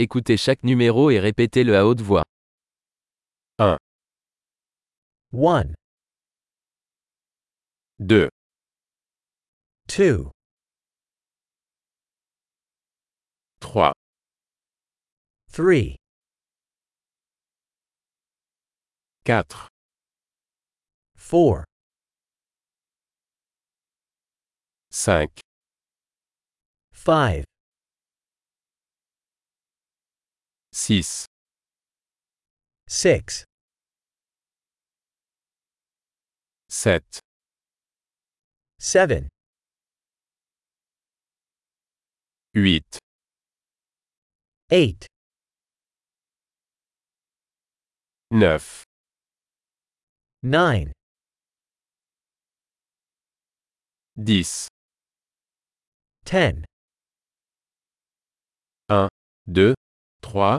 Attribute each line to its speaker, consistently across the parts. Speaker 1: Écoutez chaque numéro et répétez-le à haute voix.
Speaker 2: 1,
Speaker 1: 2,
Speaker 2: 2,
Speaker 1: 3,
Speaker 2: 3,
Speaker 1: 4,
Speaker 2: 4,
Speaker 1: 5,
Speaker 2: 5,
Speaker 1: 6,
Speaker 2: 6,
Speaker 1: 7,
Speaker 2: 7,
Speaker 1: 8,
Speaker 2: 8,
Speaker 1: 9,
Speaker 2: 9,
Speaker 1: 10,
Speaker 2: 10,
Speaker 1: 2, 3,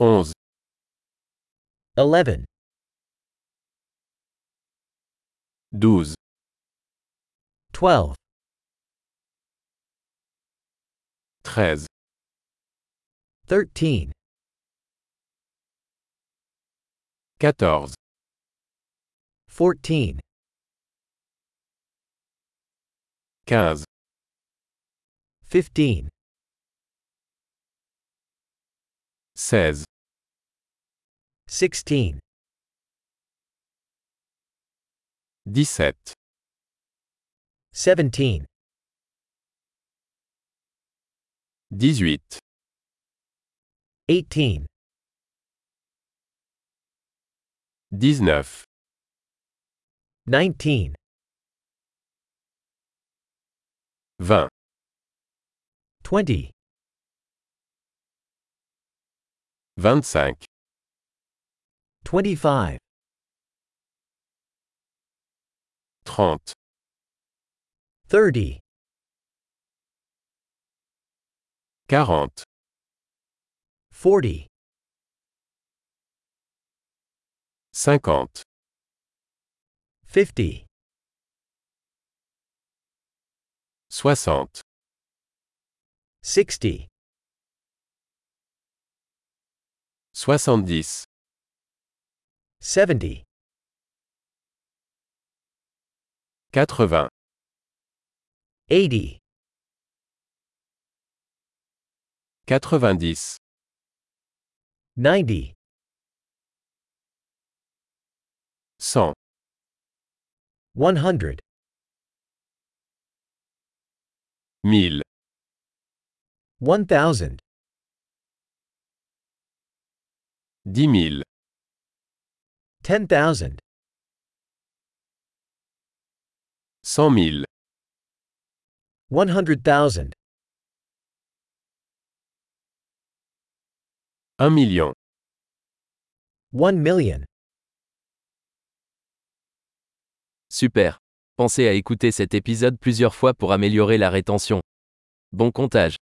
Speaker 1: 11,
Speaker 2: 11,
Speaker 1: 12,
Speaker 2: 12,
Speaker 1: 13,
Speaker 2: 13,
Speaker 1: 14,
Speaker 2: 14,
Speaker 1: 15,
Speaker 2: 15,
Speaker 1: 16,
Speaker 2: 16,
Speaker 1: 17,
Speaker 2: 17,
Speaker 1: 18,
Speaker 2: 18,
Speaker 1: 19,
Speaker 2: 19,
Speaker 1: 20,
Speaker 2: 20,
Speaker 1: 25,
Speaker 2: 25,
Speaker 1: 30,
Speaker 2: 30,
Speaker 1: 40,
Speaker 2: 40,
Speaker 1: 50,
Speaker 2: 50,
Speaker 1: 60,
Speaker 2: 60,
Speaker 1: 70,
Speaker 2: 70,
Speaker 1: 80,
Speaker 2: 80,
Speaker 1: 90,
Speaker 2: 90,
Speaker 1: 100,
Speaker 2: 100,
Speaker 1: 1000,
Speaker 2: 1000,
Speaker 1: 10 000,
Speaker 2: 10,000,
Speaker 1: 100 000,
Speaker 2: 100,000,
Speaker 1: 1 million,
Speaker 2: 1 million.
Speaker 1: Super. Pensez à écouter cet épisode plusieurs fois pour améliorer la rétention. Bon comptage.